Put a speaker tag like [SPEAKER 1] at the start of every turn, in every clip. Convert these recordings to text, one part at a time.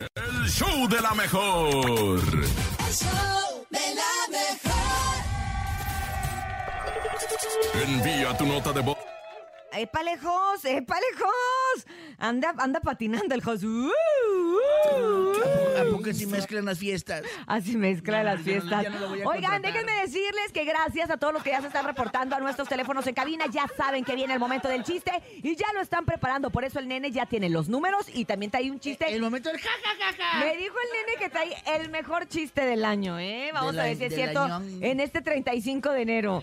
[SPEAKER 1] el show de la mejor.
[SPEAKER 2] El show de la mejor.
[SPEAKER 1] Envía tu nota de voz.
[SPEAKER 3] ¡Epa lejos! ¡Epa lejos! Anda, anda patinando el Jos. ¡Uh! ¡Uh!
[SPEAKER 4] ¿A poco si mezclan las fiestas?
[SPEAKER 3] Así mezcla las
[SPEAKER 4] ya no-
[SPEAKER 3] fiestas.
[SPEAKER 4] ya no lo voy a
[SPEAKER 3] Oigan,
[SPEAKER 4] contratar.
[SPEAKER 3] déjenme decirles que gracias a todos los que ya se están reportando a nuestros teléfonos en cabina, ya saben que viene el momento del chiste y ya lo están preparando. Por eso el nene ya tiene los números y también trae un chiste.
[SPEAKER 4] El momento del ja, ja, ja, ja.
[SPEAKER 3] Me dijo el nene que trae el mejor chiste del año, ¿eh? Vamos
[SPEAKER 4] Del
[SPEAKER 3] a
[SPEAKER 4] a-
[SPEAKER 3] ver si es
[SPEAKER 4] del
[SPEAKER 3] cierto
[SPEAKER 4] añón.
[SPEAKER 3] en este 35 de enero.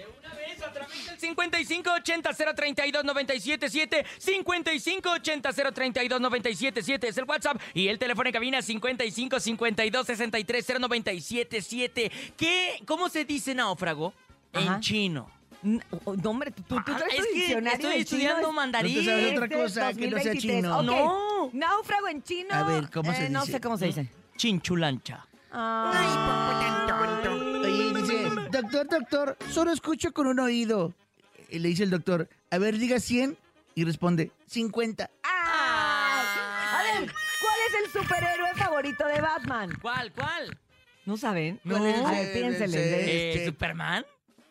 [SPEAKER 5] 5580-032-977, 5580-032-977 es el WhatsApp y el teléfono en cabina 5552-630977. ¿Qué? ¿Cómo se dice náufrago?
[SPEAKER 3] Ajá.
[SPEAKER 5] En chino.
[SPEAKER 3] Mm, oh, No, hombre, tú, tú, tú
[SPEAKER 5] Ah,
[SPEAKER 3] traes
[SPEAKER 5] es
[SPEAKER 3] tu
[SPEAKER 5] que
[SPEAKER 3] diccionario
[SPEAKER 5] estoy
[SPEAKER 3] de chino,
[SPEAKER 5] estudiando
[SPEAKER 3] es-
[SPEAKER 5] mandarín.
[SPEAKER 4] No te sabes otra
[SPEAKER 3] Este
[SPEAKER 4] cosa que no sea
[SPEAKER 3] 2023,
[SPEAKER 4] chino.
[SPEAKER 3] ok.
[SPEAKER 5] No.
[SPEAKER 3] Náufrago en chino. Eh,
[SPEAKER 4] A ver, ¿cómo se
[SPEAKER 3] No
[SPEAKER 4] dice?
[SPEAKER 3] sé cómo se dice.
[SPEAKER 5] Chinchulancha.
[SPEAKER 4] Oye, dice, doctor, doctor, solo escucho con un oído. Y le dice el doctor, a ver, diga 100. Y responde, 50.
[SPEAKER 3] Ah. A ver, ¿cuál es el superhéroe favorito de Batman?
[SPEAKER 5] ¿Cuál? ¿Cuál?
[SPEAKER 3] ¿No saben?
[SPEAKER 4] No.
[SPEAKER 3] A ver,
[SPEAKER 4] Sí,
[SPEAKER 3] piénsele.
[SPEAKER 4] sí.
[SPEAKER 3] ¿eh?
[SPEAKER 5] Eh,
[SPEAKER 4] Este-
[SPEAKER 5] ¿Superman?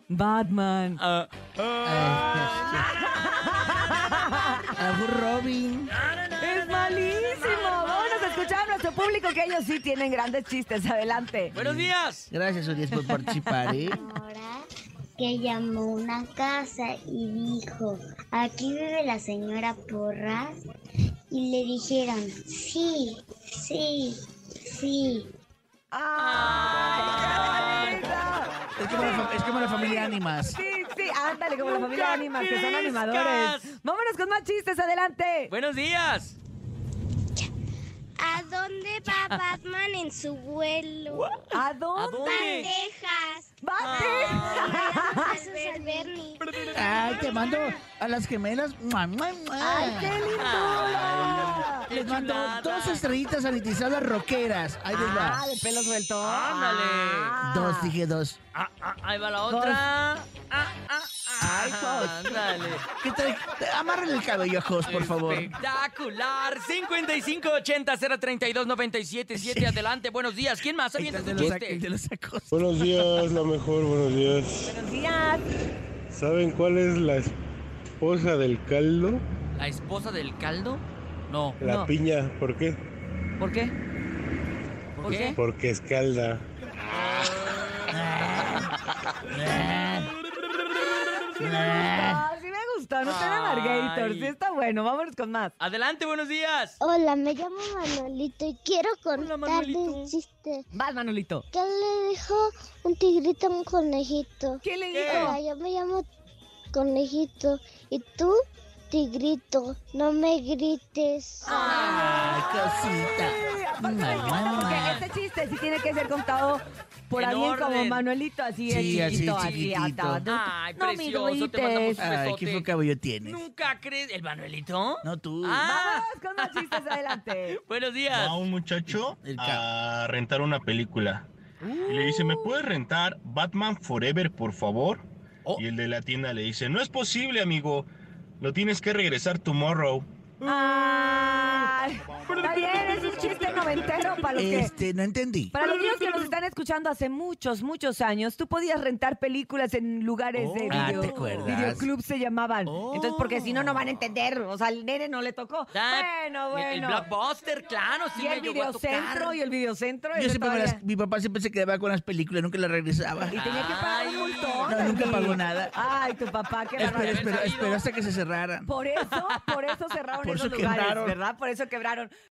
[SPEAKER 3] Batman.
[SPEAKER 5] Ah,
[SPEAKER 4] Abu Robin.
[SPEAKER 5] Ah,
[SPEAKER 3] Es malísimo. Vámonos a escuchar a nuestro público que ellos sí tienen grandes chistes. Adelante.
[SPEAKER 5] buenos días.
[SPEAKER 4] Gracias, Urias, por participar, ¿eh?
[SPEAKER 6] señora que llamó a una casa y dijo, aquí vive la señora Porras. Y le dijeron, sí, sí, sí.
[SPEAKER 3] ¡Ay, qué bonito!
[SPEAKER 4] Es como la, fa- es como la familia Ánimas.
[SPEAKER 3] Sí, sí, ándale, como la familia
[SPEAKER 5] Nunca
[SPEAKER 3] Animas, que son
[SPEAKER 5] crezcas.
[SPEAKER 3] animadores. Vámonos con más chistes, adelante.
[SPEAKER 5] Buenos días.
[SPEAKER 6] ¿A dónde va Batman en su vuelo?
[SPEAKER 3] ¿A
[SPEAKER 5] ¿A
[SPEAKER 3] dónde?
[SPEAKER 5] dónde?
[SPEAKER 6] Texas.
[SPEAKER 3] ¡Bate!
[SPEAKER 4] Ay, te mando a las gemelas. ¡Mua, mua, mua!
[SPEAKER 3] ¡Ay, qué lindo!
[SPEAKER 4] Les mando dos estrellitas sanitizadas roqueras. Ahí les va.
[SPEAKER 3] ¡Ah, de pelo suelto!
[SPEAKER 5] Ándale.
[SPEAKER 3] Ah.
[SPEAKER 4] Dos, dije dos.
[SPEAKER 5] Ah, ah, ahí va la otra. Ah, ah, ah,
[SPEAKER 4] Ay, Jos.
[SPEAKER 5] ándale.
[SPEAKER 4] ¿Qué tal? Amárrale el cabello a Jos, por favor.
[SPEAKER 3] Este,
[SPEAKER 5] Espectacular. 5580-032-977. Adelante, buenos días. ¿Quién más?
[SPEAKER 4] Ahí
[SPEAKER 5] Ahí viene
[SPEAKER 4] está
[SPEAKER 5] tu
[SPEAKER 4] el de los sac- el
[SPEAKER 5] chiste.
[SPEAKER 4] de los sacos.
[SPEAKER 7] Buenos días, la mejor, buenos días.
[SPEAKER 3] Buenos días.
[SPEAKER 7] ¿Saben cuál es la esposa del caldo?
[SPEAKER 5] ¿La esposa del caldo? No.
[SPEAKER 7] La
[SPEAKER 3] No.
[SPEAKER 7] piña, ¿por qué?
[SPEAKER 3] ¿Por qué?
[SPEAKER 5] ¿Por qué?
[SPEAKER 7] Porque escalda.
[SPEAKER 3] Ah, sí me gustó, no te era Gator,
[SPEAKER 5] Ay.
[SPEAKER 3] sí está bueno, vámonos con más.
[SPEAKER 5] Adelante, buenos días.
[SPEAKER 6] Hola, me llamo Manolito y quiero contarles
[SPEAKER 5] Manolito.
[SPEAKER 6] un chiste.
[SPEAKER 3] Vas, Manolito.
[SPEAKER 6] ¿Qué le dijo un tigrito a un conejito?
[SPEAKER 3] ¿Qué le
[SPEAKER 6] Hola,
[SPEAKER 3] dijo?
[SPEAKER 6] yo me llamo Conejito y tú, Tigrito, no me grites.
[SPEAKER 3] Ah,
[SPEAKER 4] Ay,
[SPEAKER 3] Sí,
[SPEAKER 4] Ah, cosita.
[SPEAKER 3] aparte me encanta porque este chiste sí tiene que ser contado por
[SPEAKER 5] En
[SPEAKER 3] alguien como
[SPEAKER 5] orden.
[SPEAKER 3] Manuelito, así es
[SPEAKER 4] Sí, así
[SPEAKER 3] chiquito, así
[SPEAKER 4] chiquitito.
[SPEAKER 3] atado.
[SPEAKER 5] Ay,
[SPEAKER 3] No me
[SPEAKER 5] precioso, te mandamos
[SPEAKER 3] grites.
[SPEAKER 5] un
[SPEAKER 4] Ay, qué feo
[SPEAKER 5] besote.
[SPEAKER 4] cabello tienes.
[SPEAKER 5] Nunca crees. ¿El Manuelito?
[SPEAKER 4] No tú.
[SPEAKER 5] Ah,
[SPEAKER 3] Vámonos con más chistes, adelante.
[SPEAKER 5] buenos días.
[SPEAKER 8] a un muchacho
[SPEAKER 4] El
[SPEAKER 8] a rentar una película. Y le dice, ¿me puedes rentar Batman Forever, por favor?
[SPEAKER 5] Oh.
[SPEAKER 8] Y el de la tienda le dice, no es posible, amigo. Lo tienes que regresar tomorrow.
[SPEAKER 3] Ay, está bien, es un chiste noventero para los que...
[SPEAKER 4] Este, no entendí.
[SPEAKER 3] Para los niños que nos están escuchando hace muchos, muchos años, tú podías rentar películas en lugares de
[SPEAKER 4] Ah,
[SPEAKER 3] video,
[SPEAKER 4] ¿te acuerdas?
[SPEAKER 3] videoclub se llamaban.
[SPEAKER 5] Oh.
[SPEAKER 3] Entonces, porque si no, no van a entender. O sea, al nene no le tocó.
[SPEAKER 5] Ah,
[SPEAKER 3] bueno,
[SPEAKER 5] el- El
[SPEAKER 3] bueno.
[SPEAKER 5] Blockbuster, claro. Sí
[SPEAKER 3] y
[SPEAKER 5] me
[SPEAKER 3] el
[SPEAKER 5] llegó a tocar.
[SPEAKER 3] videocentro, y el videocentro.
[SPEAKER 4] Yo
[SPEAKER 3] ese
[SPEAKER 4] siempre me
[SPEAKER 3] todavía-
[SPEAKER 4] las- mi papá siempre se quedaba con las películas, nunca las regresaba.
[SPEAKER 3] Y tenía que pagar un
[SPEAKER 5] Ay.
[SPEAKER 3] montón.
[SPEAKER 4] No,
[SPEAKER 3] Andy.
[SPEAKER 4] nunca pagó nada.
[SPEAKER 3] Ay, tu papá, qué
[SPEAKER 4] Espera,
[SPEAKER 3] bárbaro.
[SPEAKER 5] haber
[SPEAKER 4] espera,
[SPEAKER 5] sabido.
[SPEAKER 4] espera hasta que se cerraran.
[SPEAKER 3] Por eso, por eso cerraron
[SPEAKER 4] Por eso
[SPEAKER 3] esos lugares,
[SPEAKER 4] quebraron.
[SPEAKER 3] ¿verdad? Por eso quebraron.